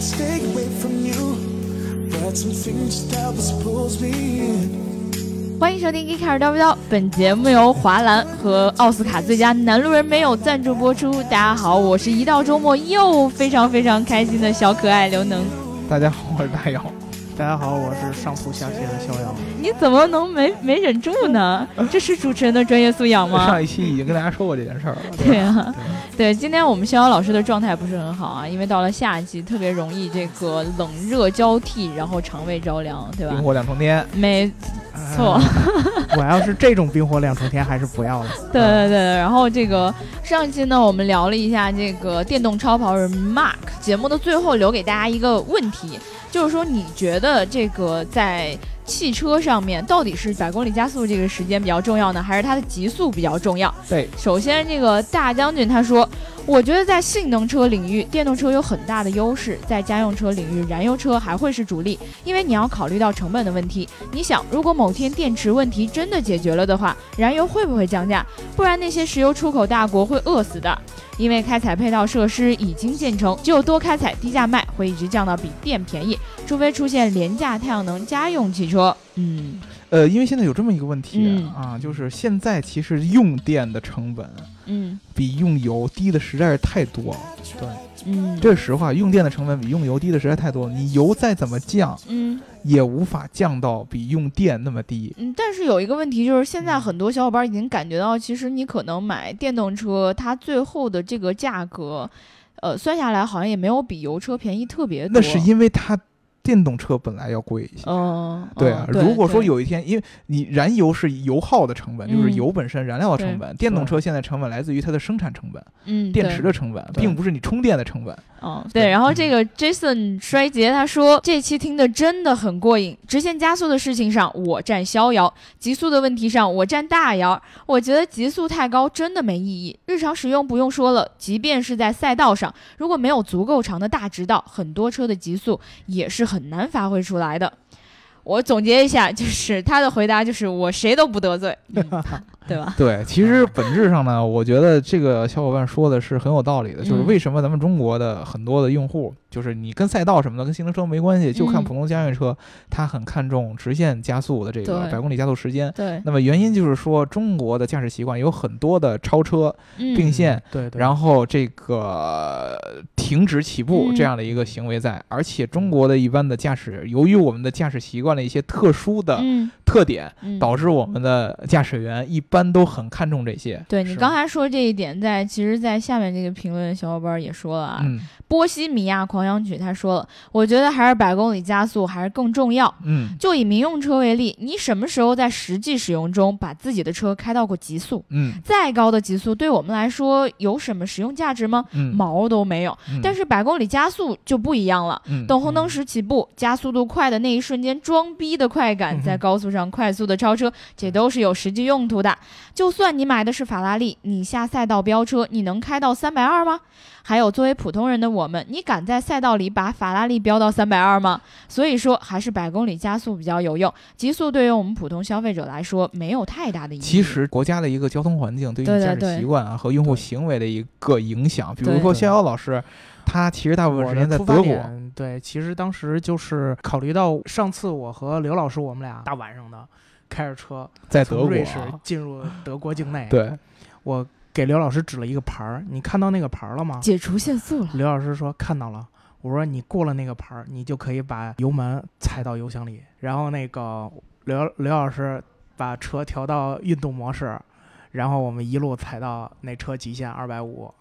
take away from you, but something just always pulls me in. 欢迎收听《一开始叨不叨》，本节目由华兰和奥斯卡最佳男路人没有赞助播出。大家好，我是一到周末又非常非常开心的小可爱刘能。大家好，我是大姚。大家好，我是上吐下泻的逍遥。你怎么能没没忍住 呢？这是主持人的专业素养 吗？上一期已经跟大家说过这件事儿了。对啊， 对对，今天我们逍遥老师的状态不是很好啊，因为到了夏季特别容易这个冷热交替，然后肠胃着凉，对吧冰？火两重 天。没错，我要是这种冰火两重天，还是不要了。 对对对，然后这个上一期呢，我们聊了一下这个电动超跑人 Mark。节目的最后留给大家一个问题，就是说你觉得这个在汽车上面到底是百公里加速这个时间比较重要呢，还是它的极速比较重要？对，首先这个大将军他说，我觉得在性能车领域，电动车有很大的优势，在家用车领域，燃油车还会是主力，因为你要考虑到成本的问题。你想，如果某天电池问题真的解决了的话，燃油会不会降价？不然那些石油出口大国会饿死的。因为开采配套设施已经建成，只有多开采低价卖，会一直降到比电便宜，除非出现廉价太阳能家用汽车。嗯，呃，因为现在有这么一个问题、嗯啊，就是现在其实用电的成本嗯比用油低的实在是太多了。嗯，这是实话，用电的成本比用油低的实在太多了。你油再怎么降，嗯也无法降到比用电那么低。嗯，但是有一个问题就是，现在嗯很多小伙伴已经感觉到，其实你可能买电动车，它最后的这个价格，呃，算下来好像也没有比油车便宜特别多。那是因为它电动车本来要贵一些。嗯，嗯，对啊，对如果说对有一天，因为你燃油是油耗的成本，就是嗯油本身燃料的成本。电动对车现在成本来自于它的生产成本、嗯电对池的成本，对并不是你充电的 成本。哦，对对，然后这个 Jason 衰竭他说这期听的真的很过瘾，直线加速的事情上我站逍遥，极速的问题上我站大姚。我觉得极速太高真的没意义，日常使用不用说了，即便是在赛道上，如果没有足够长的大直道，很多车的极速也是很难发挥出来的。 我总结一下，就是他的回答就是我谁都不得 罪，嗯对吧？对，其实本质上呢，我觉得这个小伙伴说的是很有道理的，就是嗯为什么咱们中国的很多的用户，就是你跟赛道什么的、跟新能源车没关系，就看嗯普通家用车，他很看重直线加速的这个对百公里加速时间。对，那么原因就是说，中国的驾驶习惯有很多的超车、嗯并线，对对。然后这个呃停止起步嗯这样的一个行为在，而且中国的一般的驾驶，由于我们的驾驶习惯的一些特殊的嗯特点，嗯，导致我们的驾驶员一般都很看重这些。对你是刚才说这一点在，其实，在下面这个评论小伙伴也说了啊，嗯波西米亚狂想曲》他说了，我觉得还是百公里加速还是更重要。嗯就以民用车为例，你什么时候在实际使用中把自己的车开到过极速？嗯再高的极速对我们来说有什么实用价值吗？嗯，毛都没有。嗯，但是是百公里加速就不一样了。嗯等红灯时起步，加速度快的那一瞬间，装逼的快嗯感，在高速上快速的超车，这都是有实际用途的。就算你买的是法拉利，你下赛道飙车，你能开到三百二吗？还有，作为普通人的我们，你敢在赛道里把法拉利飙到三百二吗？所以说，还是百公里加速比较有用。极速对于我们普通消费者来说，没有太大的意义。其实国家的一个交通环境对于对驾对对驶习惯啊和用户行为的一个影响，比如对说对逍遥老师，他其实大部分我时的间在出发德国，点对，其实当时就是考虑到上次我和刘老师我们俩大晚上的开着车在德从国瑞士啊，进入德国境内，对，我给刘老师指了一个牌儿，你看到那个牌儿了吗？解除限速了。刘老师说看到了。我说你过了那个牌儿，你就可以把油门踩到油箱里。然后那个刘刘老师把车调到运动模式，然后我们一路踩到那车极限二百五，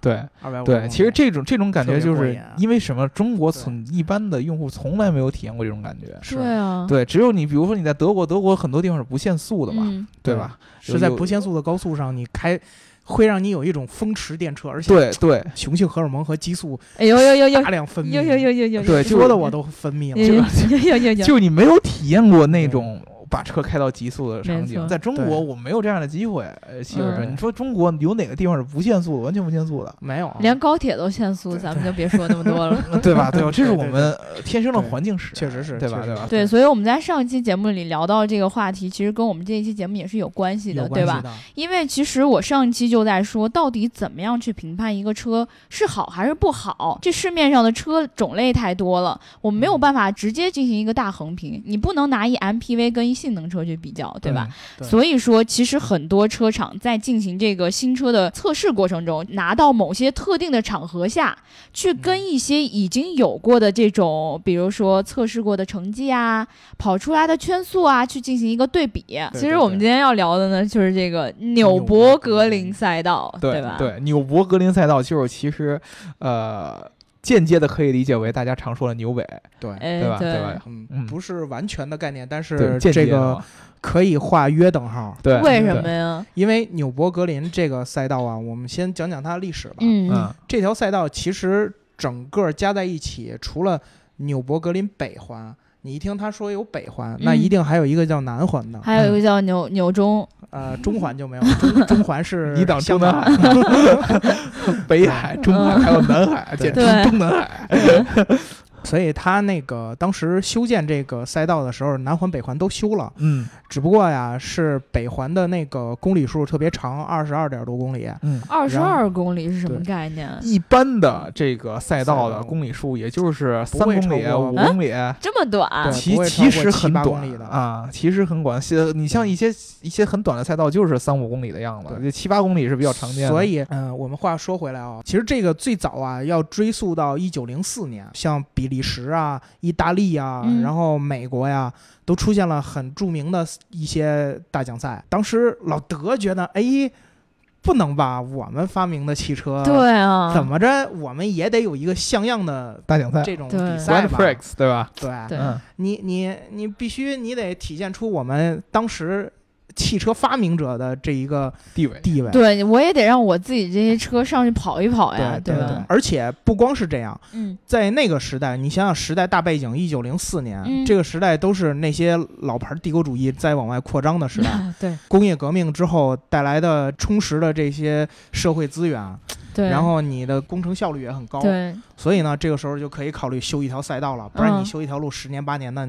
对二百五。对，其实这种这种感哦特觉别就过是瘾啊因为什么？中国对从一般的用户从来没有体验过这种感觉。是对啊，对，只有你，比如说你在德国，德国很多地方是不限速的嘛，嗯，对吧？有是在有不限速的高速上，你开会让你有一种风驰电掣，而且对对雄性荷尔蒙和激素哎呦呦呦呦大量分泌，呦呦呦呦呦，哎对，说就嗯的我都分泌呦呦 了。呦呦呦。就你没有体验过那种把车开到极速的场没错景，在中对国我没有这样的机会。呃，西哥说，嗯你说中国有哪个地方是不限速的，完全不限速的？ 没有，啊连高铁都限速，咱们就别说那么多 了。对吧？对吧？这是 对我对们呃天生的对环境使然，确实是对吧？确实对是吧？对，所以我们在上一期节目里聊到这个话题，其实跟我们这一期节目也是有关系的，有对关吧系？的，因为其实我上一期就在说，到底怎么样去评判一个车是好还是不好？这市面上的车种类太多了，我们没有办法直接进行一个大横评，你不能拿一 MPV 跟一性能车去比较，对吧？嗯对所以说，其实很多车厂在进行这个新车的测试过程中，拿到某些特定的场合下去跟嗯一些已经有过的这种，比如说测试过的成绩啊，跑出来的圈速啊，去进行一个对比。对其实我们今天要聊的呢，就是这个纽博格林赛道，对吧？对，纽博格林赛道就是其实，呃，间接的可以理解为大家常说的纽北，对，哎，对吧？对吧？嗯嗯，不是完全的概念，但对，是间这接的啊个嘛可以画约等号。对，为对什么？呀？因为纽博格林这个赛道啊，我们先讲讲它的历史吧。嗯嗯，这条赛道其实整个加在一起，除了纽博格林北环，你一听他说有北环，嗯那一定还有一个叫南环的。还有一个叫纽纽中，呃，中环就没有， 中中环是一档香中港南海、北海、 中海还有南海，简直对中南海。所以他那个当时修建这个赛道的时候，南环、北环都修了，嗯只不过呀是北环的那个公里数特别长，二十二点多公里。嗯，二十二公里是什么对概念？一般的这个赛道赛的道公里数，也就是不三会公里、啊超过五公里。这么短对？其不会超其过实很7-8公短里的嗯啊，其实很短。像你像一些一些很短的赛道，就是三五公里的样子，对就七八公里是比较常见的。所以，嗯、我们话说回来啊、其实这个最早啊，要追溯到一九零四年，像比利时啊、意大利啊，嗯然后美国呀，都出现了很著名的一些大奖赛。当时老德觉得，哎，不能吧，我们发明的汽车，对啊，怎么着，我们也得有一个像样的大奖赛这种对比 g r a 赛 n 吧 p r i x 对吧？对，对嗯你你你必须你得体现出我们当时汽车发明者的这一个地位。地位。对，我也得让我自己这些车上去跑一跑呀，对对吧？，而且不光是这样，嗯，在那个时代，你想想时代大背景，一九零四年、嗯这个时代都是那些老牌帝国主义在往外扩张的时代， 对 工业革命之后带来的充实的这些社会资源，对，然后啊你的工程效率也很高，对所以呢，这个时候就可以考虑修一条赛道了，不然嗯你修一条路十年八年的。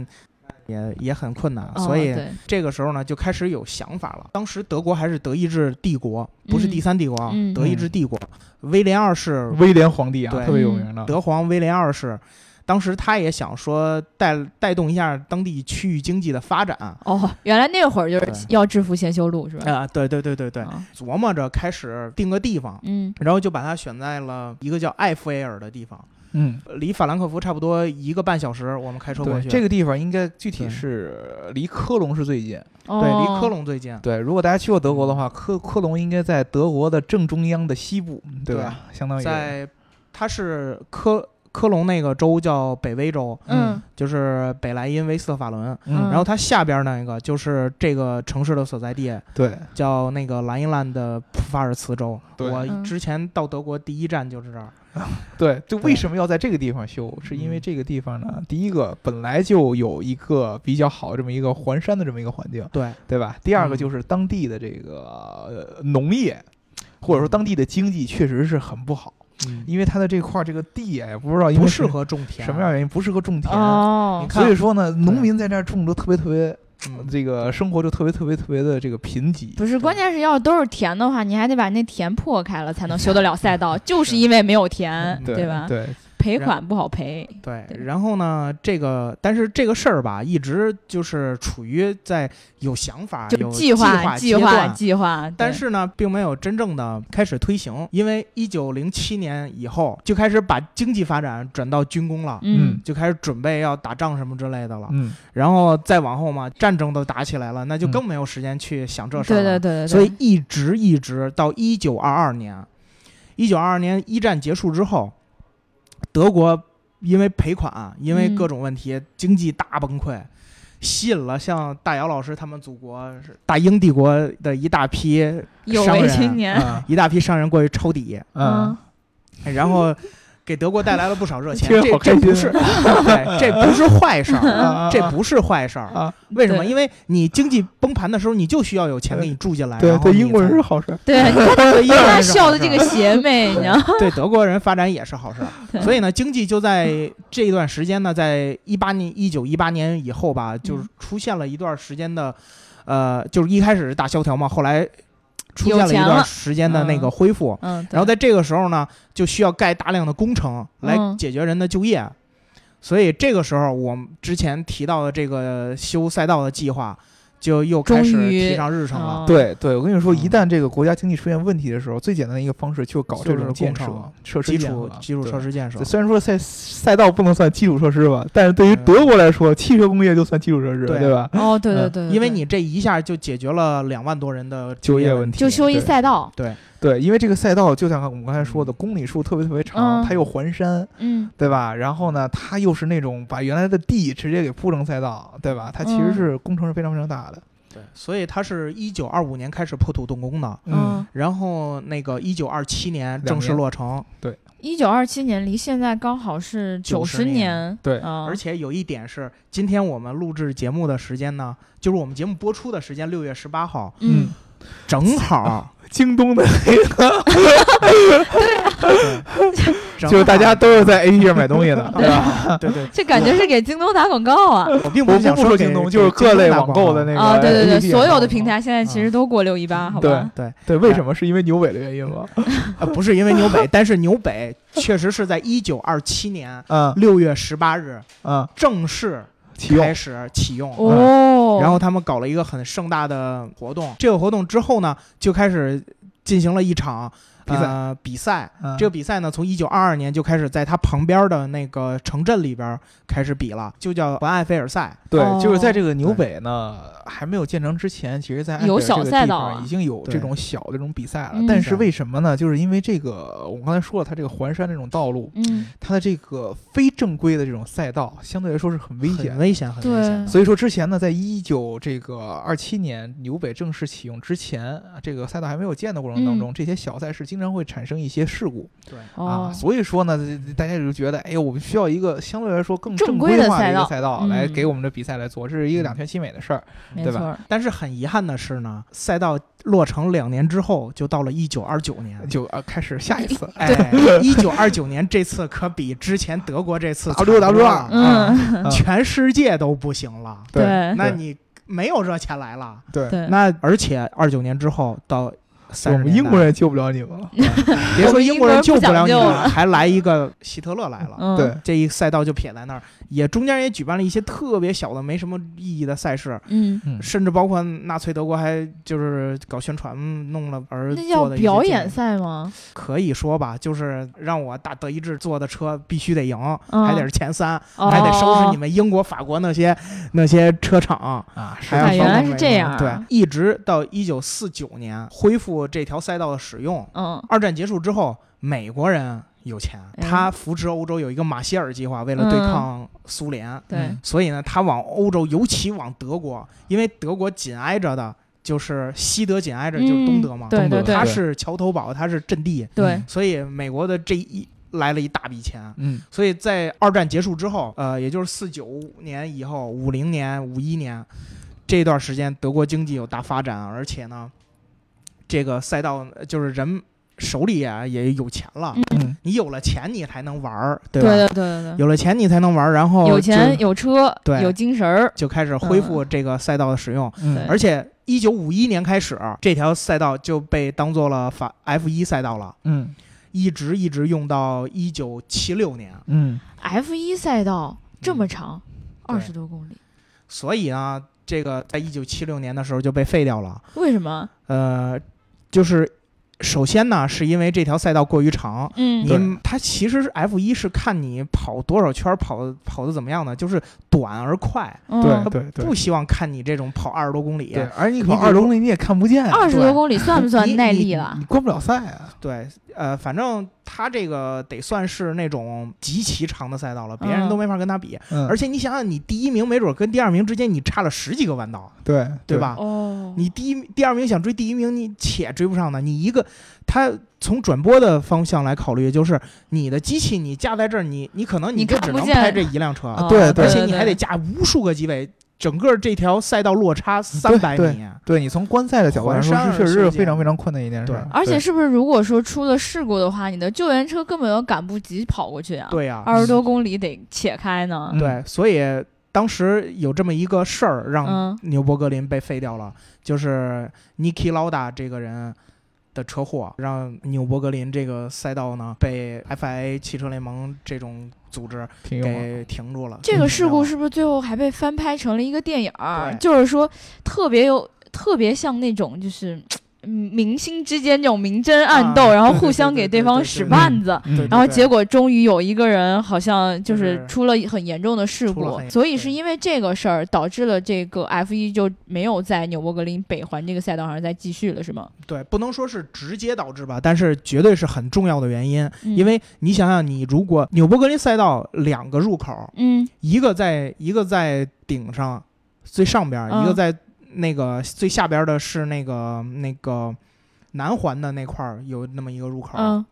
也也很困难，哦所以对这个时候呢，就开始有想法了。当时德国还是德意志帝国，不是嗯第三帝国啊，嗯德意志帝国。威廉二世威廉皇帝啊，对特别有名的。德皇威廉二世，当时他也想说带带动一下当地区域经济的发展啊、哦，原来那会儿就是对要制服先修路是吧？对对对对对，啊琢磨着开始定个地方，嗯然后就把它选在了一个叫埃弗埃尔的地方，嗯，离法兰克福差不多一个半小时，我们开车过对，去。这个个地方应该具体对是离科隆是最近。哦，对，离科隆最近。对，如果大家去过德国的话，科科隆应该在德国的正中央的西部，嗯对吧？相当于在它是科科隆那个州叫北威州，嗯就是北莱茵维斯特法伦。嗯然后它下边那个就是这个城市的所在地，对，叫那个莱茵兰的普法尔茨州。对我嗯之前到德国第一站就是这儿。对，就对为什么要在这个地方修？是因为嗯这个地方呢，第一个本来就有一个比较好这么一个环山的这么一个环境，对对吧？第二个嗯就是当地的这个呃农业，或者说当地的经济确实是很不好，嗯因为它的这块儿这个地哎，不知道因为不是适合种田，什么样的原因不适合种田，哦嗯你，看所以说呢，农民在这儿种都特别特别，嗯？这个生活就特别特别特别的这个贫瘠。不是，关键是要都是田的话，你还得把那田破开了才能修得了赛 道，就是因为没有田，嗯对吧？对，赔然款不好赔，对，然后呢，这个但是这个事儿吧，一直就是处于在有想法、就有计划划阶划段，计划，对但是呢，并没有真正的开始推行，因为一九零七年以后就开始把经济发展转到军工了。嗯嗯就开始准备要打仗什么之类的了，嗯，然后再往后嘛，战争都打起来了，那就嗯更没有时间去想这对事儿对了。对对，所以对一直一直到一九二二年，一九二二年一战结束之后，德国因为赔款啊，因为嗯各种问题，经济大崩溃，吸引了像大姚老师他们祖国是大英帝国的一大批有商为人嗯青年， 啊一大批商人过去抄底，哎嗯嗯，然后。给德国带来了不少热钱。听着这好这啊开心不是， 对，这不是坏事啊啊儿，啊这不是坏事儿。啊，为什么？对因为你经济崩盘的时候，你就需要有钱给你住进来。对然后对，你英国人才是好事儿。对，你看对英 国他人是好笑的事这儿个邪魅，你知道吗？对德国人发展也 是好事儿，所以呢，经济就在这一段时间呢，在一八年、一九一八年以后吧，嗯就是出现了一段时间的，呃，就是一开始是大萧条嘛，后来出现了一有钱了段时间的那个恢复，嗯，然后在这个时候呢，就需要盖大量的工程来嗯解决人的就业，所以这个时候我们之前提到的这个修赛道的计划，就又开始终于提上日程哦了。对对，我跟你说，一嗯旦这个国家经济出现问题的时候，最简单的一个方式就是搞这就是种工建设程、设施基建础设基础设。施建设对，虽然说赛赛道不能算基础设施吧，但是对于嗯德国来说，汽车工业就算基础设施，对对吧？哦，对对嗯对，对因为对你这一下就解决了两万多人的就业问问题。题就修一对赛道，对，因为这个赛道就像我们刚才说的，公里数特别特别长，嗯它又环山，嗯，对吧？然后呢，它又是那种把原来的地直接给铺成赛道，对吧？它其嗯实是工程是非常非常大的。对，所以它是一九二五年开始破土动工的，嗯，然后那个一九二七年年正式落哦成，一九二七年离现在刚好是九90十年，对嗯而且有一点是，今天我们录制节目的时间呢，就是我们节目播出的时间六月十八号，嗯，正 好， 京东的那个，对 正就是大家好都是在 A P 上买东西 的，对吧？对对，这感觉是给京东打广告 啊！我并我不不想不说给京东，就是各类网购的那个。个啊，对对 APP 对，所有的平上台现在其实都过六一八，好吧？嗯对，对，为什么？是因为牛尾的原因吗？呃，不是因为纽 北，但是纽北确实是在一九二七年嗯六月十八日嗯，正式启开用，始启用。哦，嗯然后他们搞了一个很盛大的活动。这个活动之后呢，就开始进行了一场比赛呃、比赛。嗯这个比赛呢，从一九二二年就开始在它旁边的那个城镇里边开始比了，就叫环埃菲尔赛。哦对，就是在这个纽北呢还没有建成之前，其实在埃菲尔有这个小赛地道方啊已经有对这种小的这种比赛了嗯。但是为什么呢？就是因为这个，我们刚才说了，它这个环山这种道路，嗯，它的这个非正规的这种赛道，相对来说是很危很险的。危险，很危险对。所以说之前呢，在一九这个二七年纽北正式启用之前，这个赛道还没有建的过嗯程当中，这些小赛事经常会产生一些事故。对，哦啊，，所以说呢，这大家就觉得，哎呦，我们需要一个相对来说更正正规规的化赛一个道赛道嗯来给我们的比赛来做，这是一个两全其美的事儿。没对错吧儿，但是很遗憾的是呢，赛道落成两年之后，就到了一九二九年。就呃开始下一次，哎，哎， 一九二九年这次可比之前德国这次 W W 惨多了啊嗯，嗯全世界都不行了。对嗯那你没有热钱来了，对，对，那而且二九年之后到我三十们英国，人救不了你们了。别说英国人救不了我们英国人不你讲究了了，还来一个希特勒来了。嗯，对，这一赛道就撇在那儿，也中间也举办了一些特别小的、没什么意义的赛事，嗯，嗯甚至包括纳粹德国还就是搞宣传弄了而那叫做的一些表这演种，赛吗？可以说吧，就是让我大德意志坐的车必须得赢，嗯还得是前三，哦还得收拾你们英国、法国那些那些车厂，啊，是还要哎原帮来忙是维这护样啊对，一直到一九四九年恢复这条赛道的使用。嗯，二战结束之后，美国人有钱，哎嗯他扶持欧洲有一个马歇尔计划，为了对抗苏联，对嗯，所以呢，他往欧洲，尤其往德国，因为德国紧挨着的就是西德，紧挨着就是东德嘛，嗯对东对德对它是桥头堡，它是阵地，对，所以美国的这一来了一大笔钱，嗯，所以在二战结束之后，呃，也就是四九年以后，五零年、五一年这段时间，德国经济有大发展，而且呢，这个赛道呃就是人手里啊也有钱了，嗯你有了钱你才能玩儿，对对对吧？对对对，有了钱你才能玩儿，然后有哦就钱有车，对有精神儿，就开始恢复这个赛道的使用，嗯对嗯，而且。一九五一年开始，这条赛道就被当做了法 F 一赛道了，嗯一直一直用到一九七六年。嗯 F 一赛道这么长，嗯对二十多公里，所以呢，这个在一九七六年的时候就被废掉了。为什么？呃，就是首先呢，是因为这条赛道过于长。嗯，你它其实是 F 一是看你跑多少圈儿，跑跑的怎么样呢？就是短而快，嗯对对对不希望看你这种跑二十多公里。对，而你你跑比二十如公里你也看不见，二十对多公里算不算你耐你力了你？关不了赛啊。对呃，反正它这个得算是那种极其长的赛道了，别人都没法跟它比。嗯，而且你想想，你第一名没准跟第二名之间你差了十几个弯道，对对？吧？哦，你第一、第二名想追第一名，你且追不上呢。你一个，它从转播的方向来考虑，就是你的机器你架在这儿，你你可能你你就看只不能见拍这一辆车，哦对对而且你还得架无数个机位，整个这条赛道落差三百对米。啊对你从观赛的角度来说，环山是确实而是修建非常非常困难一件事儿对。而且对是不是如果说出了事故的话，你的救援车根本要赶不及跑过去啊？，对嗯呀、二十多公里得且开呢。对，所以当时有这么一个事儿，让嗯纽博格林被废掉了，就是 Niki Lauda 这个人的车祸，让纽博格林这个赛道呢被 FIA 汽车联盟这种组织挺用了。给停住了。这个事故是嗯不是最后还被翻拍成了一个电影儿？对就是说，特别有，特别像那种就是。嗯明星之间这种明争暗斗，啊然后对对互对相对给对对方对使对绊子，嗯对然后结果终于有一个人好像就就是是出了很严重的事出了故很，严所以是对因为这个事儿导致了这个 F 一就没有在纽博格林北环这个赛道上再继续了，是吗？对，不能说是直接导致吧，但是绝对是很重要的原因。嗯因为你想想，你如果纽博格林赛道两个入口，嗯一个在一个在顶上最上边儿，嗯一个在那个最下边儿的是那个那个南环的那块儿有那么一个入口。嗯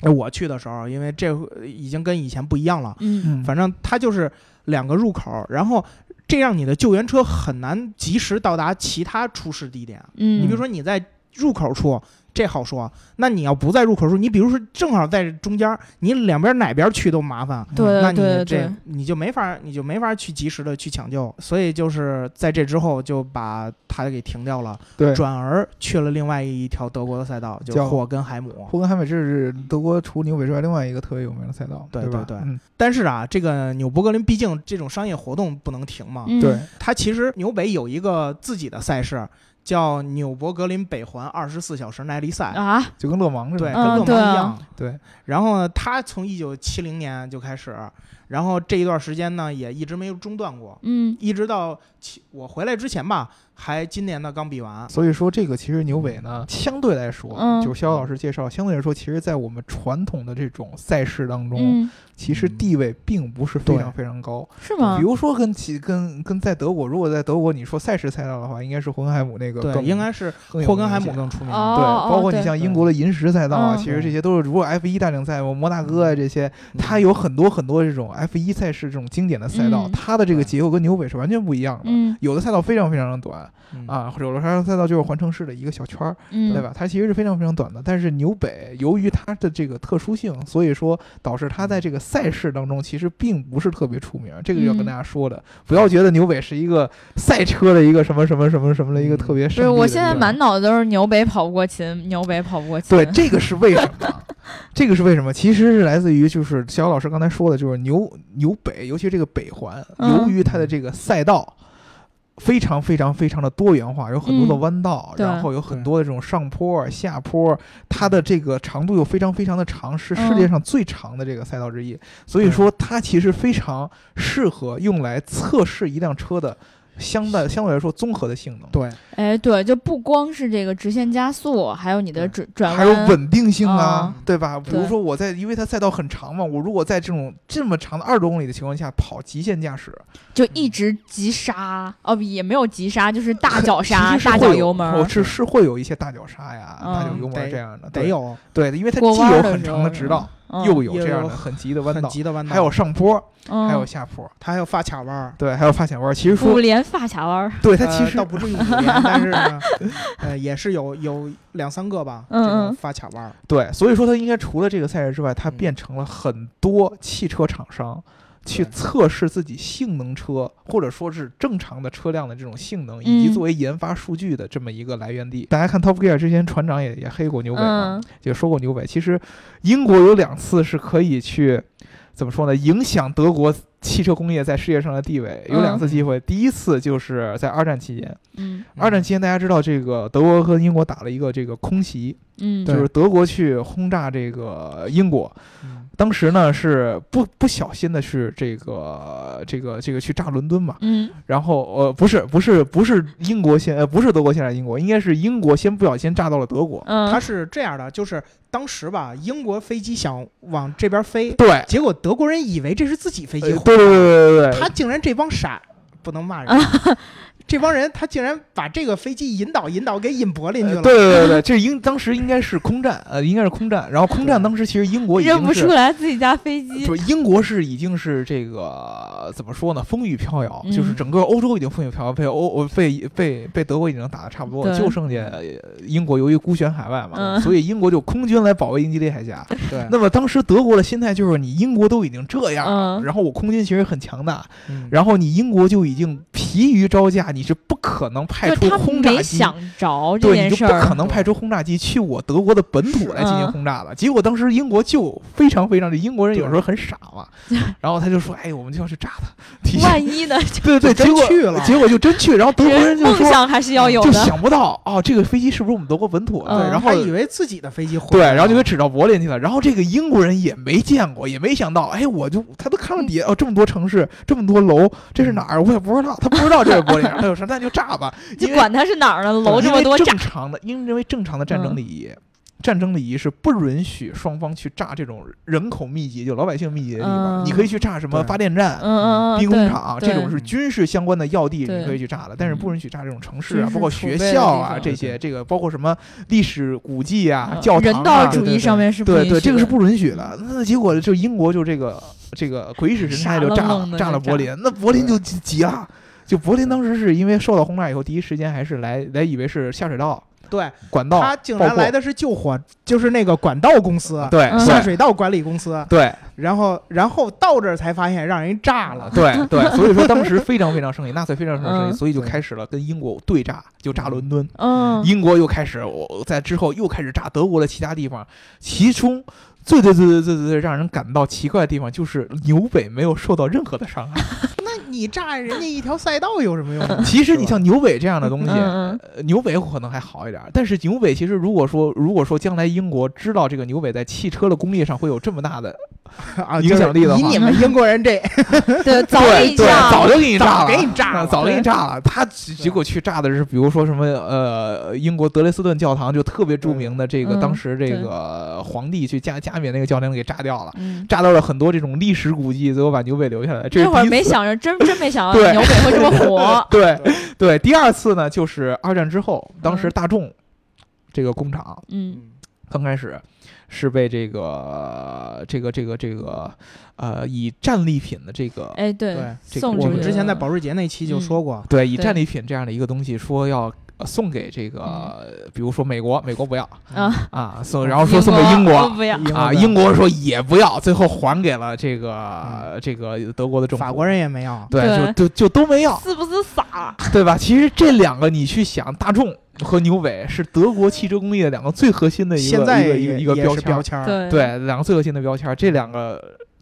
哎我去的时候，因为这回已经跟以前不一样了，嗯嗯，反正它就是两个入口，然后这让你的救援车很难及时到达其他出事地点。嗯，你比如说你在入口处，这好说。那你要不在入口处，你比如说正好在中间儿，你两边哪边去都麻烦。嗯对那呃对你对这，你就没法，你就没法去及时的去抢救，所以就是在这之后就把他给停掉了，对。转而去了另外一条德国的赛道，就是叫霍根海姆。霍根海姆这是德国除纽北之外另外一个特别有名的赛道，对吧？对对嗯但是啊，这个纽博格林毕竟这种商业活动不能停嘛，嗯对，它其实纽北有一个自己的赛事，叫纽博格林北环二十四小时耐力赛。啊，就跟勒芒似对，的。跟嗯勒芒对啊一样。对，然后呢，他从一九七零年就开始，然后这一段时间呢也一直没有中断过，嗯一直到七我回来之前吧，还今年呢刚比完。所以说这个其实纽北呢，相对来说，嗯就是肖老师介绍，相对来说，其实在我们传统的这种赛事当中，嗯，其实地位并不是嗯非常非常高。是吗比？如说跟其跟跟在德国，如果在德国你说赛事赛道的话，应该是霍根海姆那个对，更应该是更有霍根海名姆气更出名。哦对，包括你像英国的银石赛道啊，嗯其实这些都是，如果 F 一大奖赛，摩纳哥啊这些，嗯它有很多很多这种 F 一赛事这种经典的赛道嗯，它的这个对结构跟纽北是完全不一样的。嗯有的赛道非常非常的短嗯，啊，有的赛道赛道就是环城市的一个小圈儿，嗯，对吧？它其实是非常非常短的。但是纽北由于它的这个特殊性，所以说导致它在这个赛事当中其实并不是特别出名。这个就要跟嗯大家说的，不要觉得纽北是一个赛车的一个什么什么什么什么的一嗯个特别不圣是，地的我地现在方满脑子都是纽北跑不过秦，纽北跑不过秦。对，这个是为什么？这个是为什么？其实是来自于就是小老师刚才说的，就是纽纽北，尤其是这个北环，嗯由于它的这个赛道。非常非常非常的多元化，有很多的嗯弯道，对然后有很多的这种上坡、下坡，它的这个长度又非常非常的长，是世界嗯上最长的这个赛道之一。所以说，它其实非常适合用来测试一辆车的相对相对来说综合的性能。对，哎，对，就不光是这个直线加速，还有你的转转还有弯，稳定性啊，嗯对吧？比如对说我在，因为它赛道很长嘛，我如果在这种这么长的二十多公里的情况下跑极限驾驶，就一直急刹，哦，不也没有急刹，就是大脚刹、 其实是大会脚有油门我儿。是是会有一些大脚刹呀、嗯大脚油门得这样的，得对有对的，因为它过既弯儿有的很时长的候直道，嗯又有这也有样的很急的弯很道，急的弯道，还有上坡，嗯，还有下坡，他还有发卡弯儿。对，还有发卡弯。其实五说，连发卡弯儿。对它呃哎其实倒不至于五连，但是 呢，呃，也是有有两三个吧，嗯这种嗯发卡弯儿。对，所以说它应该除了这个赛事之外，它嗯变成了很多汽车厂商去对测试自己性能车或者说是正常的车辆的这种性能，以及嗯作为研发数据的这么一个来源地。大家看 Top Gear 之前船长也也黑过纽北嘛，嗯也说过纽北。其实英国有两次是可以去怎么说呢，影响德国。汽车工业在世界上的地位有两次机会，第一次就是在二战期间。嗯二战期间，大家知道这个德国和英国打了一个这个空袭，嗯，就对是德国去轰炸这个英国，嗯当时呢是不不小心的去这个这个这个去炸伦敦嘛，嗯然后呃不是不是不是英国先呃不是德国先炸英国，应该是英国先不小心炸到了德国，嗯，他是这样的，就是当时吧，英国飞机想往这边飞，对，结果德国人以为这是自己飞呃对机轰对对对对对，他竟然这帮傻，不能骂人，这帮人他竟然把这个飞机引导引导给引柏林去呃了。对对对对，这英当时应该是空战，呃，应该是空战。然后空战当时其实英国已认不经出是，来自己家飞机不，是英国是已经是这个怎么说呢？风雨飘摇，就是嗯整个欧洲已经风雨飘摇，被欧呃被被被德国已经打得差不多了，对就剩下呃英国由于孤悬海外嘛，嗯所以英国就空军来保卫英吉利海峡。对那么当时德国的心态就是，你英国都已经这样了，嗯然后我空军其实很强大，嗯然后你英国就已经疲于招架，你是不可能派就出他轰炸没机。想着这对，件你事就不 可儿，能派出轰炸机去我德国的本土来进行嗯轰炸了。结果当时英国就非常非常，这英国人有时候很傻嘛，然后他就说：“哎，我们就要去炸他。提前万一 呢？就对对，结就真果去了结果就真去。然后德国人就梦说，想还是要有就的，想不到哦，这个飞机是不是我们德国本土的？嗯然后他。以为自己的飞机毁对，了，然后就给指到柏林去了。然后这个英国人也没见过，也没想到，哎，我就他都看了嗯底下哦，这么多城市，这么多楼，这是哪儿？我也不知道，他不知道这是柏林。他就说那就炸吧，就因为管它是哪儿呢，楼这么多炸因为正，常的，因为正常的战争嗯礼仪，战争礼仪是不允许双方去炸这种人口密集、就老百姓密集的地方。嗯你可以去炸什么对发电站嗯、嗯嗯，兵工对厂啊对这种是军事相关的要地，对嗯你可以去炸的，但是不允许炸这种城市军啊，事包括储学备的校地啊方这对些，对这个包括什么历史古迹啊、嗯教堂人啊道主对义上面是不对允对，许这个是的不允许的。那结果就英国就这个这个鬼使神差傻就愣炸愣了的炸就了柏炸林，那柏林就急急了。就柏林当时是因为受到轰炸以后，第一时间还是来来以为是下水道对管道他竟爆然破来的是救火，就是那个管道公司、对嗯下对水道管理公司，对然后然后到这儿才发现让人炸了。对对，所以说当时非常非常生气，纳粹非常非常生嗯气，所以就对开始了跟英国对炸，就炸伦敦。嗯，英国又开始，我在之后又开始炸德国的其他地方，其中最最最最最最让人感到奇怪的地方就是纽北没有受到任何的伤害。那你炸人家一条赛道有什么用呢？ 啊其实你是吧像纽北这样的东西，嗯嗯呃纽北可能还好一点儿，但是纽北其实如果说如果说将来英国知道这个纽北在汽车的工业上会有这么大的啊，影响力的就是以话你们英国人这对，早对一对，下，早就给你炸了，早给你炸啊了早给你对炸了。他结结果去炸的是，比如说什么呃，英国德累斯顿教堂就特别著名的这个，嗯当时这对个皇帝去加加冕那个教堂给炸掉了，嗯，炸到了很多这种历史古迹，最后把纽北留下来。这是这会儿第一没次。想着，真真没想到对，牛北会这么火 对对，嗯第二次呢，就是二战之后，当时大众这个工厂嗯刚开始是被这个这个这个这个呃以战利品的这个哎对对这个送我出们去之前在了保时捷那期就说过，对，以对战利品这样的一个东西，说要呃送给这个，呃比如说美国，美国不要啊，啊，送，然后说送给英我国不要，啊，英国说也不要，最后还给了这个这个德国的政府。法国人也没要。对，对就就就都没要，是不是傻？对吧？其实这两个你去想，大众和纽北是德国汽车工业两个最核心的一个现在一个一也个一个也标是签儿标，签儿，对对，两个最核心的标签儿，这两个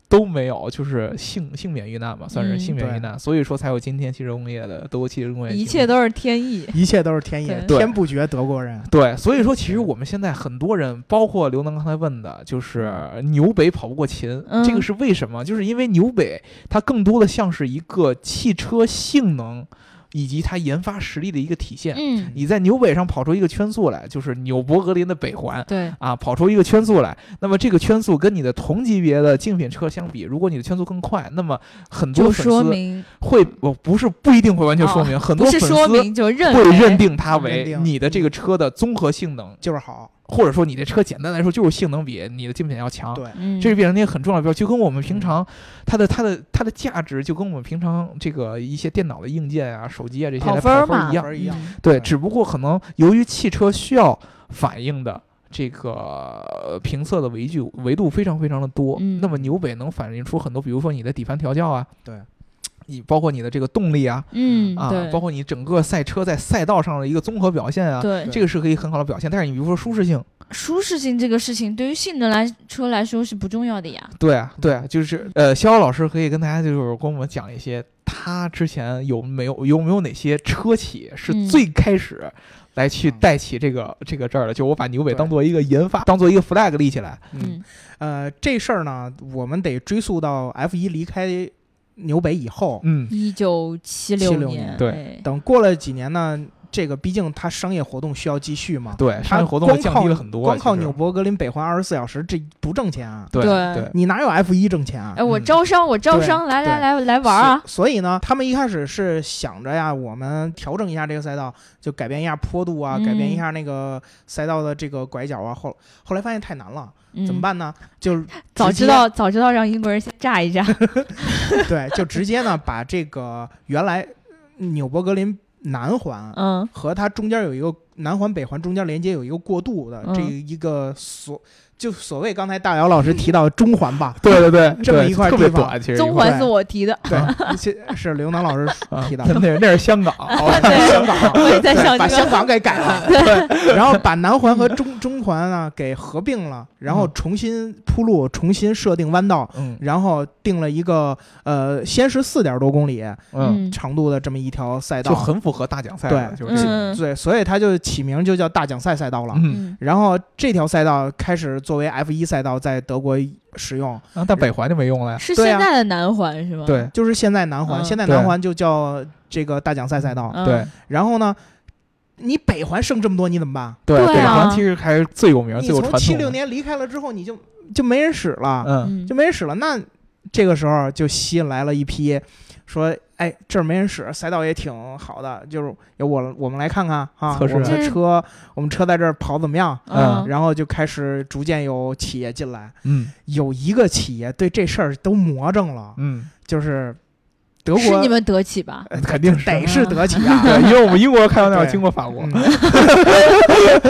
都没有，就是幸幸免遇难嘛，算是嗯幸免遇对难，所以说才有今天汽车工业的德国汽车工业一兴切起都是天意， 一切都是天意，对天不绝德国人。对，所以说其实我们现在很多人，包括刘能刚才问的，就是纽北跑不过秦，嗯这个是为什么？就是因为纽北它更多的像是一个汽车性能以及它研发实力的一个体现。嗯，你在纽北上跑出一个圈速来，就是纽博格林的北环。对，啊，跑出一个圈速来，那么这个圈速跟你的同级别的竞品车相比，如果你的圈速更快，那么很多就粉说丝明哦会，我不是不一定会完全 说明，很不多是粉丝说明就认嗯会为认定它认为定你的这个车的综合性能，就是好，或者说你这车简单来说就是性能比你的竞品要强。对，嗯，这是变成一个很重要的标，就跟我们平常它的它的它的价值，就跟我们平常这个一些电脑的硬件啊、手机啊这些跑来分儿跑分儿嘛一样分。儿一样。嗯对，对只不过可能由于汽车需要反映的这个呃评测的维度维度非常非常的多，嗯那么纽北能反映出很多，比如说你的底盘调教啊，对，你包括你的这个动力啊，嗯啊对，，包括你整个赛车在赛道上的一个综合表现啊，对这个是可以很好的表现。但是你比如说舒适性，舒适性这个事情对于性能来车来说是不重要的呀，嗯对啊，对啊，就是呃，逍遥老师可以跟大家就是跟我们讲一些。他之前有没有有没有哪些车企嗯是最开始来去嗯带起这个这个这儿的？就我把牛尾对当做一个研发，当做一个 flag 立起来。嗯，呃，这事儿呢，我们得追溯到 F 一离开纽北以后，嗯一九七76年，哎年对对，等过了几年呢，这个毕竟它商业活动需要继续嘛，对，它商业活动光会降低靠了很多。啊光靠其实纽博格林北环二十四小时这不挣钱啊，对对对， 你哪有 F 一挣钱啊？哎，我嗯，招商，我招对商，来来对来来玩儿啊，所所以呢，他们一开始是想着呀，我们调整一下这个赛道，就改变一下坡度啊，嗯改变一下那个赛道的这个拐角啊。后后来发现太难了，怎么嗯？办呢？就早直接知道早知道让英国人先炸一炸，对，就直接呢把这个原来纽伯格林南环嗯和它中间有一个南环北环中间连接有一个过渡的嗯这一个所，就所谓刚才大姚老师提到的中环吧对对对， 这么对一块特别地方短，其实中一块环是我 提的， 对，是是刘能老师啊 提到那的。那是香港，哦好吧对香港。 我也在对想把这香个，港给改了，对，然后把南环和中中环啊给合并了，然后嗯重新铺路，重新设定弯道，嗯然后定了一个呃，先是四点多公里嗯，长度的这么一条赛就道，很符合大奖赛了，对就是这嗯个对，所以它就起名就叫大奖赛赛道了。嗯，嗯，然后这条赛道开始作为 F 一赛道在德国使用，啊但北环就没用了呀。嗯是对现啊在的南环是吗？对就是现在南环，嗯现在对南环就叫这个大奖赛赛道。嗯对然后呢，你北环剩这么多，你怎么办？对对北啊环其实还是最有名、你最有传从七统六的。年离开了之后，你就就没人使了，嗯，嗯就没人使了。那这个时候就吸引来了一批说，哎，这儿没人使，赛道也挺好的，就是有我我们来看看啊，测我试们这的是车，我们车在这儿跑怎么样？嗯，然后就开始逐渐有企业进来，嗯有一个企业对这事儿都魔怔了，嗯，就是德国是你们德企吧？呃哎肯定 是得是德企啊，对，因为我们英国开完那要对经过法国，。嗯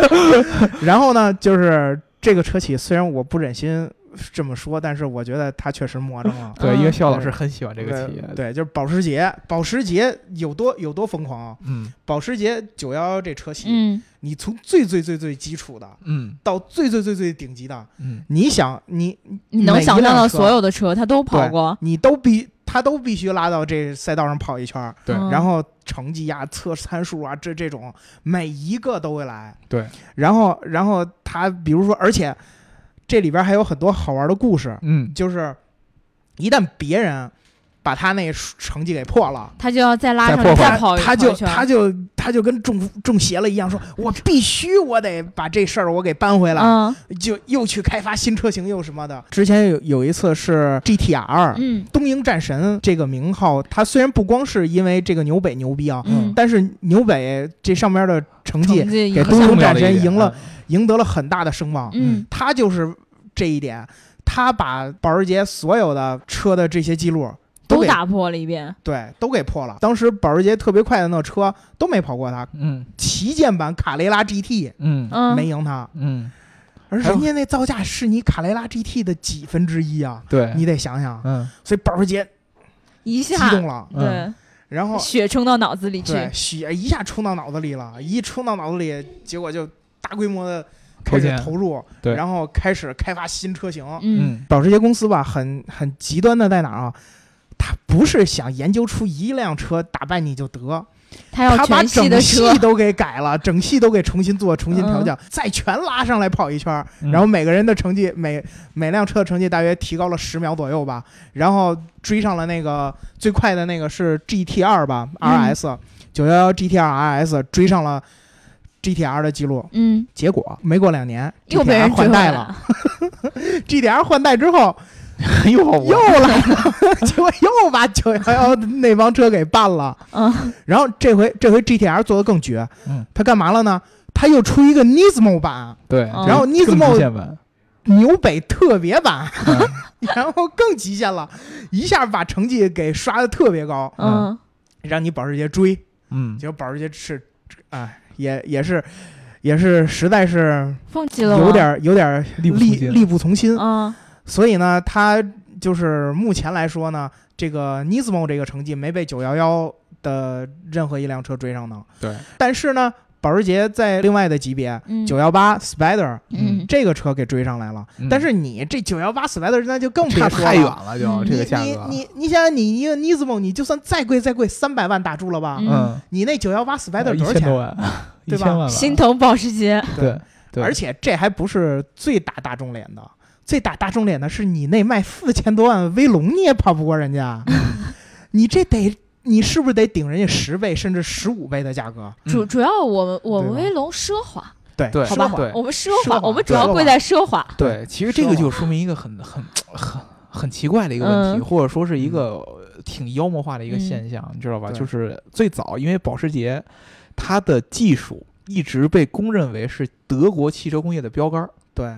然后呢，就是这个车企，虽然我不忍心这么说，但是我觉得它确实魔怔了对，因为嗯肖老对师很喜 欢这个企业。对，就是保时捷，保时捷有多有多疯狂啊！嗯保时捷911这车企，嗯，你从最最最最基础的嗯到最最最最顶级的，嗯，你想你你能每一想象辆到车所有的车，他都跑对过。你都必他都必须拉到这赛道上跑一圈儿，对嗯然后成绩呀、测参数啊，这这种每一个都会来。对，然后然后他比如说，而且这里边还有很多好玩的故事，嗯，就是一旦别人把他那成绩给破了。他就要再拉再上破去坏再跑一他跑就一圈他就他就跟中中邪了一样，说我必须我得把这事儿我给扳回来，嗯就又去开发新车型又什么的。之前有有一次是 GTR，嗯东瀛战神这个名号，它虽然不光是因为这个纽北牛逼啊，嗯，但是纽北这上面的成绩成绩给也东很瀛重要战的一神点啊赢了，，赢得了很大的声望。嗯他就是这一点，他把保时捷所有的车的这些记录都都给打破了一遍。对都给破了。当时保时捷特别快的那车都没跑过他，嗯旗舰版卡雷拉 GT 嗯嗯嗯，没赢他，嗯，而还有人家那造价是你卡雷拉 GT 的几分之一啊！对，你得想想，嗯所以保时捷嗯一激下动了，对嗯然后血冲到脑子里去。对，血一下冲到脑子里了，一冲到脑子里，结果就大规模的投开始钱投入，对然后开始开发新车型。嗯嗯保时捷公司吧，很很极端的在哪儿啊？他不是想研究出一辆车打败你就得，他要他把全系的整车嗯系都给改了，整系都给重新做、重新调教，再全拉上来跑一圈儿，嗯然后每个人的成绩，每每辆车的成绩大约提高了十秒左右吧，然后追上了那个最快的那个是 GT 二吧嗯，RS 九幺幺 GT 二 RS 追上了 GTR 的记录，嗯结果没过两年又被人 GTR 追换回来代了。，GTR 换代之后又我又来了，结果又把九幺幺那帮车给办了，嗯然后这回这回 GTR 做的更绝，嗯他干嘛了呢？他又出一个 Nismo 版，对，嗯然后就是更 Nismo 极限 版，纽北特别版，嗯 然后更极限了，一下把成绩给刷的特别高，嗯让你保时捷追，嗯结果保时捷是，哎，也也是，也是实在是放弃了吗有点儿有点儿力力不从心力不从心，嗯所以呢，他就是目前来说呢，这个 Nismo 这个成绩没被911的任何一辆车追上呢，对，但是呢。保时捷在另外的级别，嗯九幺八 Spider 嗯这个车给追上来了。嗯但是你这九幺八 Spider 那就更别差说太远了。了，就嗯这个你价你格，啊你你想想，你一个 Nismo，你就算再贵再贵，三百万打住了吧？嗯嗯，你那九幺八 Spider 哦一多少千多钱？啊万， 一对吧千万吧，心疼保时捷，对对，而且这还不是最打大众脸的，最打大众脸的是你那卖四千多万的威龙，你也跑不过人家，嗯 你这得你是不是得顶人家十倍甚至十五倍的价格？嗯主主要我们我们对吧威龙奢华，对对好吧奢华，我们奢奢华，华我们主要贵在奢华，嗯对，其实这个就说明一个很很很很奇怪的一个问题，嗯或者说是一个呃挺妖魔化的一个现象，你知道吧？对就是最早，因为保时捷它的技术一直被公认为是德国汽车工业的标杆儿，对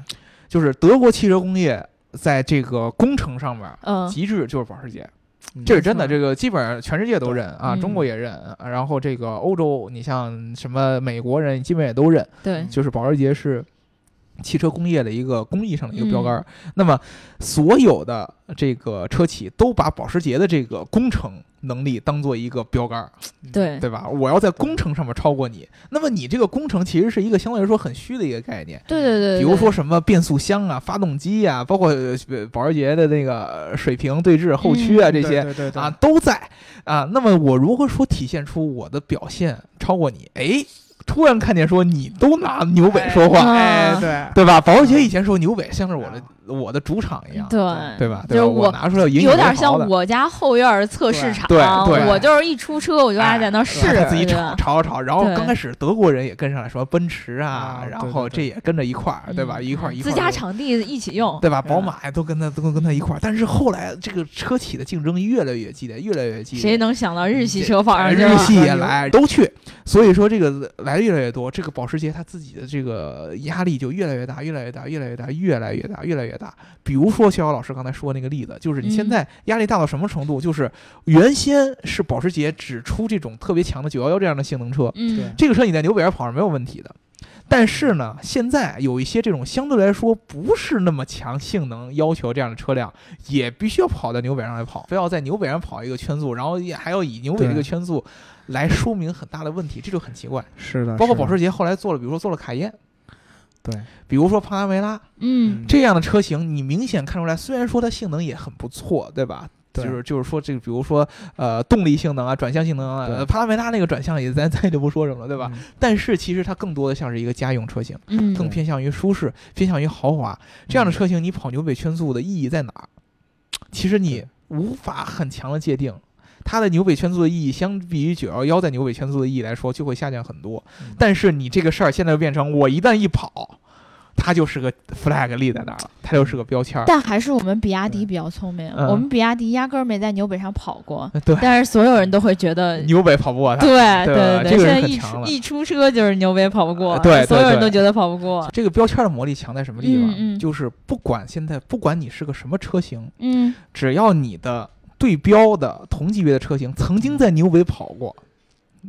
就是德国汽车工业在这个工程上面。嗯极致就是保时捷，嗯这是真的，没这个基本上全世界都认啊，嗯中国也认，啊然后这个欧洲，你像什么美国人，基本也都认。对，就是保时捷是汽车工业的一个工艺上的一个标杆儿。嗯那么，所有的这个车企都把保时捷的这个工程能力当做一个标杆儿，对，对吧？我要在工程上面超过你，那么你这个工程其实是一个相对来说很虚的一个概念。对对对，比如对说什么变速箱啊、发动机啊，包括呃保时捷的那个呃水平对峙、嗯后驱啊错这些，对对对对啊，都在啊。那么我如何说体现出我的表现超过你？哎，突然看见说你都拿牛尾说话，哎 哎对。对吧？保时捷以前说牛尾像是我的、我的主场一样，对对吧？就是对吧我我拿出来引以有为点豪像的。我家后院儿测试场，啊对对对我就是一出车我就爱在那儿试，他自己对吵吧吵吵，然后对刚开始德国人也跟上来，说奔驰啊，啊然对对后对这也跟着一块儿，对吧？嗯一块儿一自块儿家就场地一起用，对吧？嗯宝马呀都跟他都跟他一块儿，但是后来这个车企的竞争越来越激烈，越来越激烈。谁能想到嗯日系车放上去啊哎日了？系也来，都去。所以说这个来的越来越多，这个保时捷它自己的这个压力就越来越大，越来越大，越来越大，越来越大，越来越大。比如说逍遥老师刚才说那个例子，就是你现嗯在压力大到什么程度？就是原先是保时捷只出这种特别强的911这样的性能车，嗯对，这个车你在牛北上跑是没有问题的。但是呢，现在有一些这种相对来说不是那么强性能要求这样的车辆，也必须要跑到牛北上来跑，非要在牛北上跑一个圈速，然后也还要以牛北这个对圈速来说明很大的问题，这就很奇怪。是的，包括是的保时捷后来做了，比如说做了凯宴，对，比如说帕拉梅拉嗯，这样的车型，你明显看出来，虽然说它性能也很不错，对吧？对就是就是说这个，比如说呃动力性能啊，转向性能啊，对呃帕拉梅拉那个转向也咱咱也就不说什么了，对吧？？嗯但是其实它更多的像是一个家用车型，嗯更对偏向于舒适，偏向于豪华。这样的嗯车型，你跑牛尾圈速的意义在哪儿？其实你对无法很强的界定。它的牛尾圈速的意义，相比于九幺幺在牛尾圈速的意义来说，就会下降很多。嗯但是你这个事儿现在就变成，我一旦一跑，它就是个 flag 立在那儿了，它就是个标签儿。但还是我们比亚迪对比较聪明，嗯我们比亚迪压根儿没在牛北上跑 过，呃对，但是所有人都会觉得，牛尾跑不过它。对对对这现个人在很一强出了一出车就是牛北跑不过，呃对对所有人对都觉得跑不过，这个标签儿的魔力强在什么地方？嗯嗯就是不管现在，不管你是个什么车型，嗯，只要你的对标的同级别的车型曾经在牛尾跑过，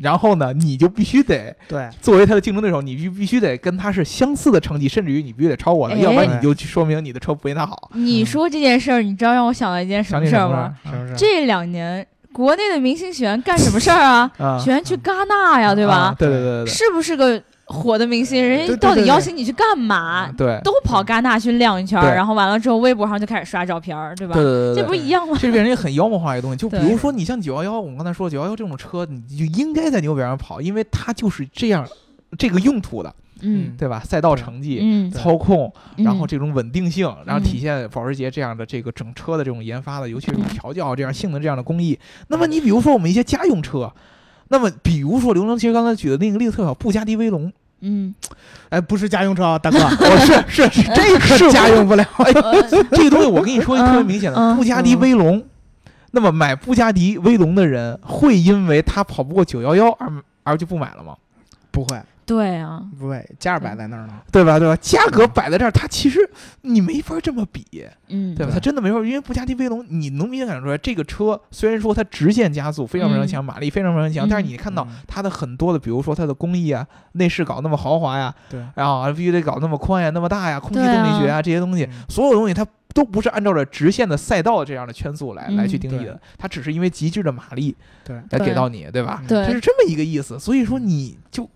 然后呢，你就必须得对，作为它的竞争对手，你必必须得跟它是相似的成绩，甚至于你必须得超过它，哎要不然你就说明你的车不比它好。嗯你说这件事儿，你知道让我想到一件什嗯想么起事什儿么吗？了？是不是？这两年国内的明星喜欢干什么事儿啊？ 啊，喜欢去戛纳呀，对吧啊？对对对对是不是个火的明星？人家对对到底对邀对请你去干嘛？对都跑戛纳去亮一圈嗯对儿，然后完了之后，微博上就开始刷照片儿，对吧？对对对这不对。一样吗？这变成一个很妖魔化的一个东西，就比对如说你像九幺幺，我们刚才说九幺幺这种车，你就应该在牛尾上跑，因为它就是这样这个用途的，嗯对吧？赛道成绩、嗯，对操控，嗯然后这种稳定性，然后体嗯现保时捷这样的这个整车的这种研发的，尤其是嗯调教这样性能这样的工艺。那么你比如说我们一些家用车，那么比如说刘能其实刚才举的那个例子特别好，布加迪威 龙，嗯， 哎，不是家用车啊，大哥，哦是是是，这个可是家 用不了。 呃这个东西，我跟你说一个特别明显的，哎嗯嗯布加迪威龙。那么买布加迪威龙的人，会因为他跑不过九幺幺而而就不买了吗？不会，对啊，不会，加尔摆在那儿呢。对吧？对吧？价格摆在这儿，它其实你没法这么比。嗯，对吧？对它真的没法，因为布加迪威龙，你能明显感觉出来，这个车虽然说它直线加速非常非常强，马力非常非常强，嗯但是你看到嗯它的很多的，比如说它的工艺啊，内饰搞那么豪华呀，啊对然后必须得搞那么宽呀、那么大呀，空气对动啊力学啊这些东西，嗯所有东西它都不是按照着直线的赛道这样的圈速来、嗯来去定义的，它只是因为极致的马力对来给对到你，对吧？嗯它对是这么一个意思，所以说你就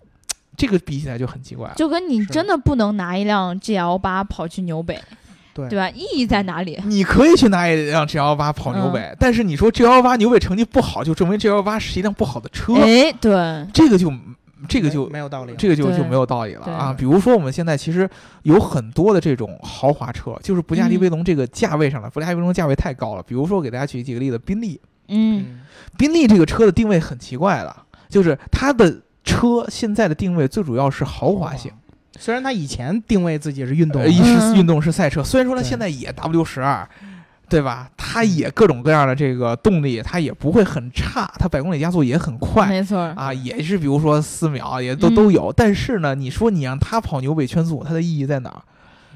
这个比起来就很奇怪了。就跟你是真的不能拿一辆 GL 八跑去纽北，对对吧？意义在哪里？你可以去拿一辆 G L 八跑纽北，嗯但是你说 G L 八纽北成绩不好，就证明 G L 八是一辆不好的车，哎，对，这个就这个就嗯没没有道理了。这个就对就没有道理了啊！对比如说，我们现在其实有很多的这种豪华车，就是不加迪嗯威龙这个价位上来，不加迪威龙价位太高了。比如说，我给大家举几个例子，宾利，嗯嗯宾利这个车的定位很奇怪了，就是它的车现在的定位最主要是豪华性，嗯虽然他以前定位自己是运动呃，的，一是嗯运动式赛车，虽然说它对嗯现在也 W 十二。对吧？它也各种各样的这个动力，它也不会很差，它百公里加速也很快，没错儿，啊，也是比如说四秒，也都嗯都有。但是呢，你说你让他跑纽北圈速，它的意义在哪儿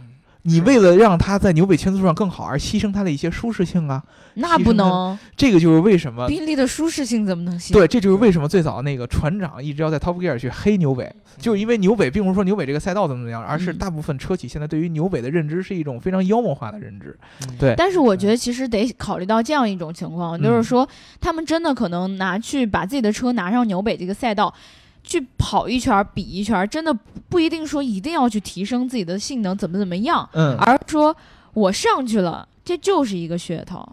嗯？你为了让他在纽北圈速上更好而牺牲他的一些舒适性啊，那不能。这个就是为什么宾利的舒适性怎么能行？对，这就是为什么最早那个船长一直要在 Top Gear 去黑纽北，就是因为纽北并不是说纽北这个赛道怎么怎么样，而是嗯大部分车企现在对于纽北的认知是一种非常妖魔化的认知。嗯对但是我觉得其实得考虑到这样一种情况，就是嗯说他们真的可能拿去把自己的车拿上纽北这个赛道。去跑一圈儿比一圈儿，真的不不一定说一定要去提升自己的性能怎么怎么样，嗯，而说我上去了，这就是一个噱头，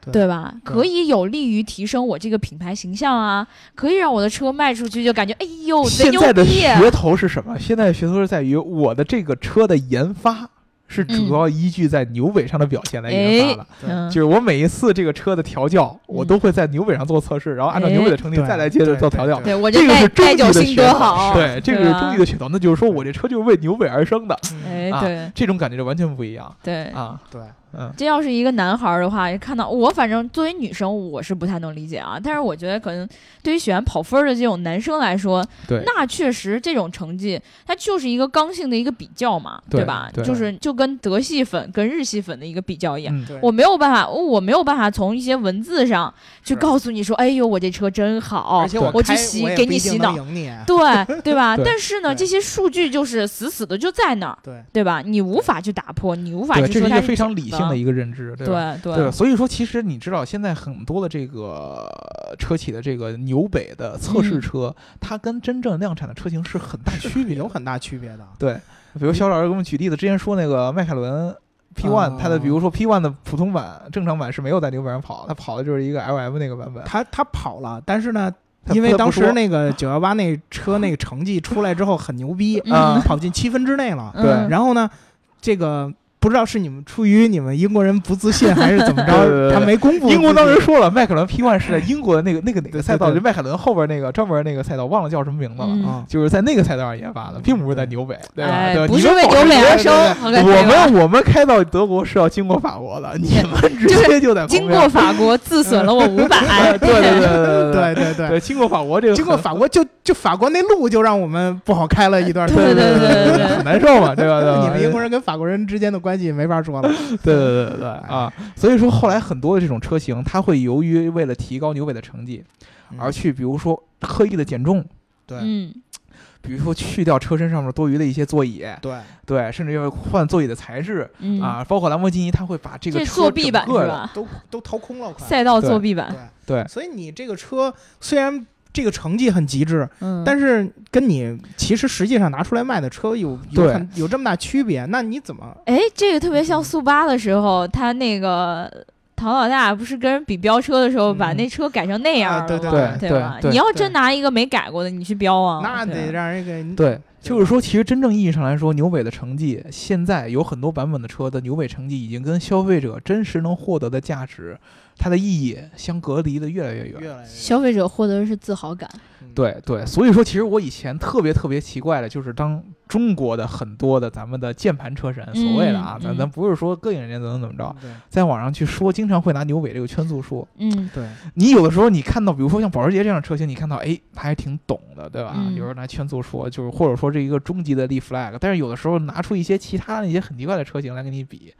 对对吧？对可以有利于提升我这个品牌形象啊，可以让我的车卖出去就感觉哎 呦，贼现牛在的逼！啊噱头是什么？现在的噱头是在于我的这个车的研发是主要依据在纽北上的表现来研发的。嗯就，是我每一次这个车的调教，我都会在纽北上做测试，然后按照哎纽北的成绩再来接着做调教。对我这个耐是终耐极久的性噱多头好，对，这个是终的，极的噱头。那就是说我这车就是为纽北而生 的，哎，哦啊对这种感觉就完全不一样对。啊。嗯对，嗯，这要是一个男孩儿的话，看到我，反正作为女生，我是不太能理解啊。但是我觉得，可能对于喜欢跑分儿的这种男生来说，对那确实这种成绩，它就是一个刚性的一个比较嘛，对吧？对就是就跟德系粉跟日系粉的一个比较一样。嗯，对我没有办法，我没有办法从一些文字上去告诉你说，哎呦，我这车真好而，且我我去开洗也给不你一定洗脑能赢你，啊对对吧？ 对但是呢，对这些数据就是死死的就在那儿，对对吧？你无法去打破，你无法对，去这是说一它个是非常假理性的一个认知，对吧？对对对吧，所以说其实你知道，现在很多的这个呃车企的这个纽北的测试嗯车，它跟真正量产的车型是很大区别的。有很大区别的。比如小老师给我们举例子，之前说那个迈凯伦 P One，、啊它的比如说 P One 的普通版、正常版是没有在牛板上跑，它跑的就是一个 L M 那个版本。他他跑了，但是呢，他因为他不当说时那个九幺八那车那个成绩出来之后很牛逼，啊嗯 跑进七分之内了。嗯对 然后呢，这个不知道是你们出于你们英国人不自信还是怎么对对对着，他没公布自己。啊英国当时说了，迈凯伦 P One 是在英国的那个那个哪对个对赛道，对就迈凯伦后边那个专门那个赛道，忘了叫什么名字了，嗯啊，就是在那个赛道上研发的，并不是在纽北，对吧？哎对吧，不你是们为保持纽北一个而对生，我感觉我们我们开到德国是要经过法国的，你 们直接就在旁边，经过法国自损了我五百 对对对对嗯对对对，对， 经过法国这个经过很法国就就法国那路就让我们不好开了一段时对间。对对对对很难受嘛，对吧？对吧你们英国人跟法国人之间的关系没法说了。对对嗯对对啊！所以说后来很多的这种车型，它会由于为了提高牛尾的成绩，嗯而去比如说刻意的减重，对嗯，比如说去掉车身上面多余的一些座椅， 对对，甚至要换座椅的材质嗯，啊，包括兰博基尼，它会把这个这车作弊版整个是的？啊吧？都都掏空了，快。赛道对作弊版，对所以你这个车虽然这个成绩很极致，嗯，但是跟你其实实际上拿出来卖的车有有对很有这么大区别，那你怎么？哎，这个特别像速八的时候，他那个唐老大不是跟人比飙车的时候，嗯把那车改成那样啊了吗？对对对对吧？对你要对真拿一个没改过的，你去飙啊，那对得吧让人给对，就是说，其实真正意义上来说，牛尾的成绩现在有很多版本的车的牛尾成绩已经跟消费者真实能获得的价值，它的意义相隔离的越来越远。越来嗯越消费者获得的是自豪感。对对，所以说其实我以前特别特别奇怪的，就是当中国的很多的咱们的键盘车神，所谓的啊，嗯咱嗯咱不是说膈应人家怎么怎么着，对在网上去说，经常会拿牛尾这个圈速说。嗯，对你有的时候你看到，比如说像保时捷这样的车型，你看到哎，他还挺懂的，对吧？嗯有人拿圈速说，就是或者说这一个终极的立 flag，但是有的时候拿出一些其他的一些很奇怪的车型来跟你比，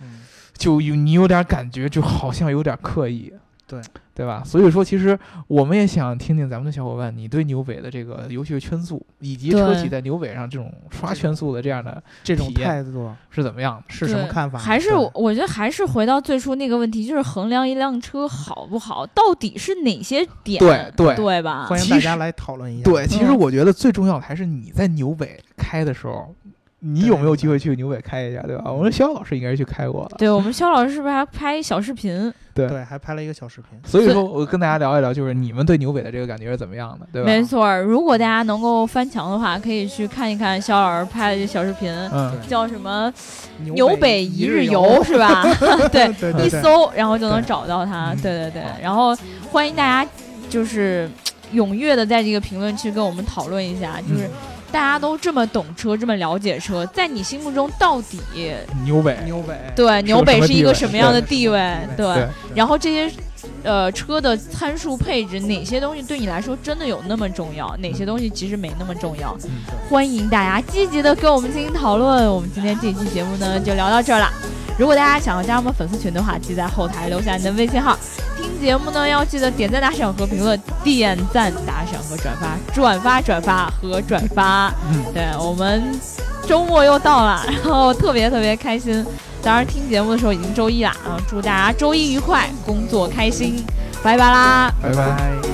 嗯就有你有点感觉，就好像有点刻意。对对吧？所以说，其实我们也想听听咱们的小伙伴，你对牛尾的这个游戏的圈速，以及车对企在牛尾上这种刷这种圈速的这样的这种体验态度是怎么样的？是什么对看法？还是对我我觉得还是回到最初那个问题，就是衡量一辆车好不好，到底是哪些点，对对对吧？欢迎其大实家来讨论一下。对，其实嗯我觉得最重要的还是你在牛尾开的时候，你对有没有机会去牛尾开一下，对吧？我们肖老师应该是去开过的，对我们肖老师是不是还拍小视频？对，还拍了一个小视频。所以说我跟大家聊一聊，就是你们对牛尾的这个感觉是怎么样的，对吧？没错儿，如果大家能够翻墙的话，可以去看一看肖老师拍的这小视频，嗯，叫什么“牛牛北一一日游游”，是吧？对，对一嗯对对，搜然后就能找到他。嗯对对对，然后欢迎大家就是嘖踊跃的在这个评论区跟我们讨论一下，就是大家都这么懂车，这么了解车，在你心目中到底牛尾，牛北，对是个牛什北么是一地个位什么样的对地位？对对对，然后这些。呃，车的参数配置，哪些东西对你来说真的有那么重要？哪些东西其实没那么重要？嗯欢迎大家积极的跟我们进行讨论。我们今天这期节目呢就聊到这儿了。如果大家想要加入我们粉丝群的话，记得在后台留下你的微信号。听节目呢要记得点赞、打赏和评论，点赞、打赏和转发，转发、转发和转发。嗯对我们周末又到了，然后特别特别开心。当然听节目的时候已经周一了啊，祝大家周一愉快，工作开心，拜拜啦！拜拜拜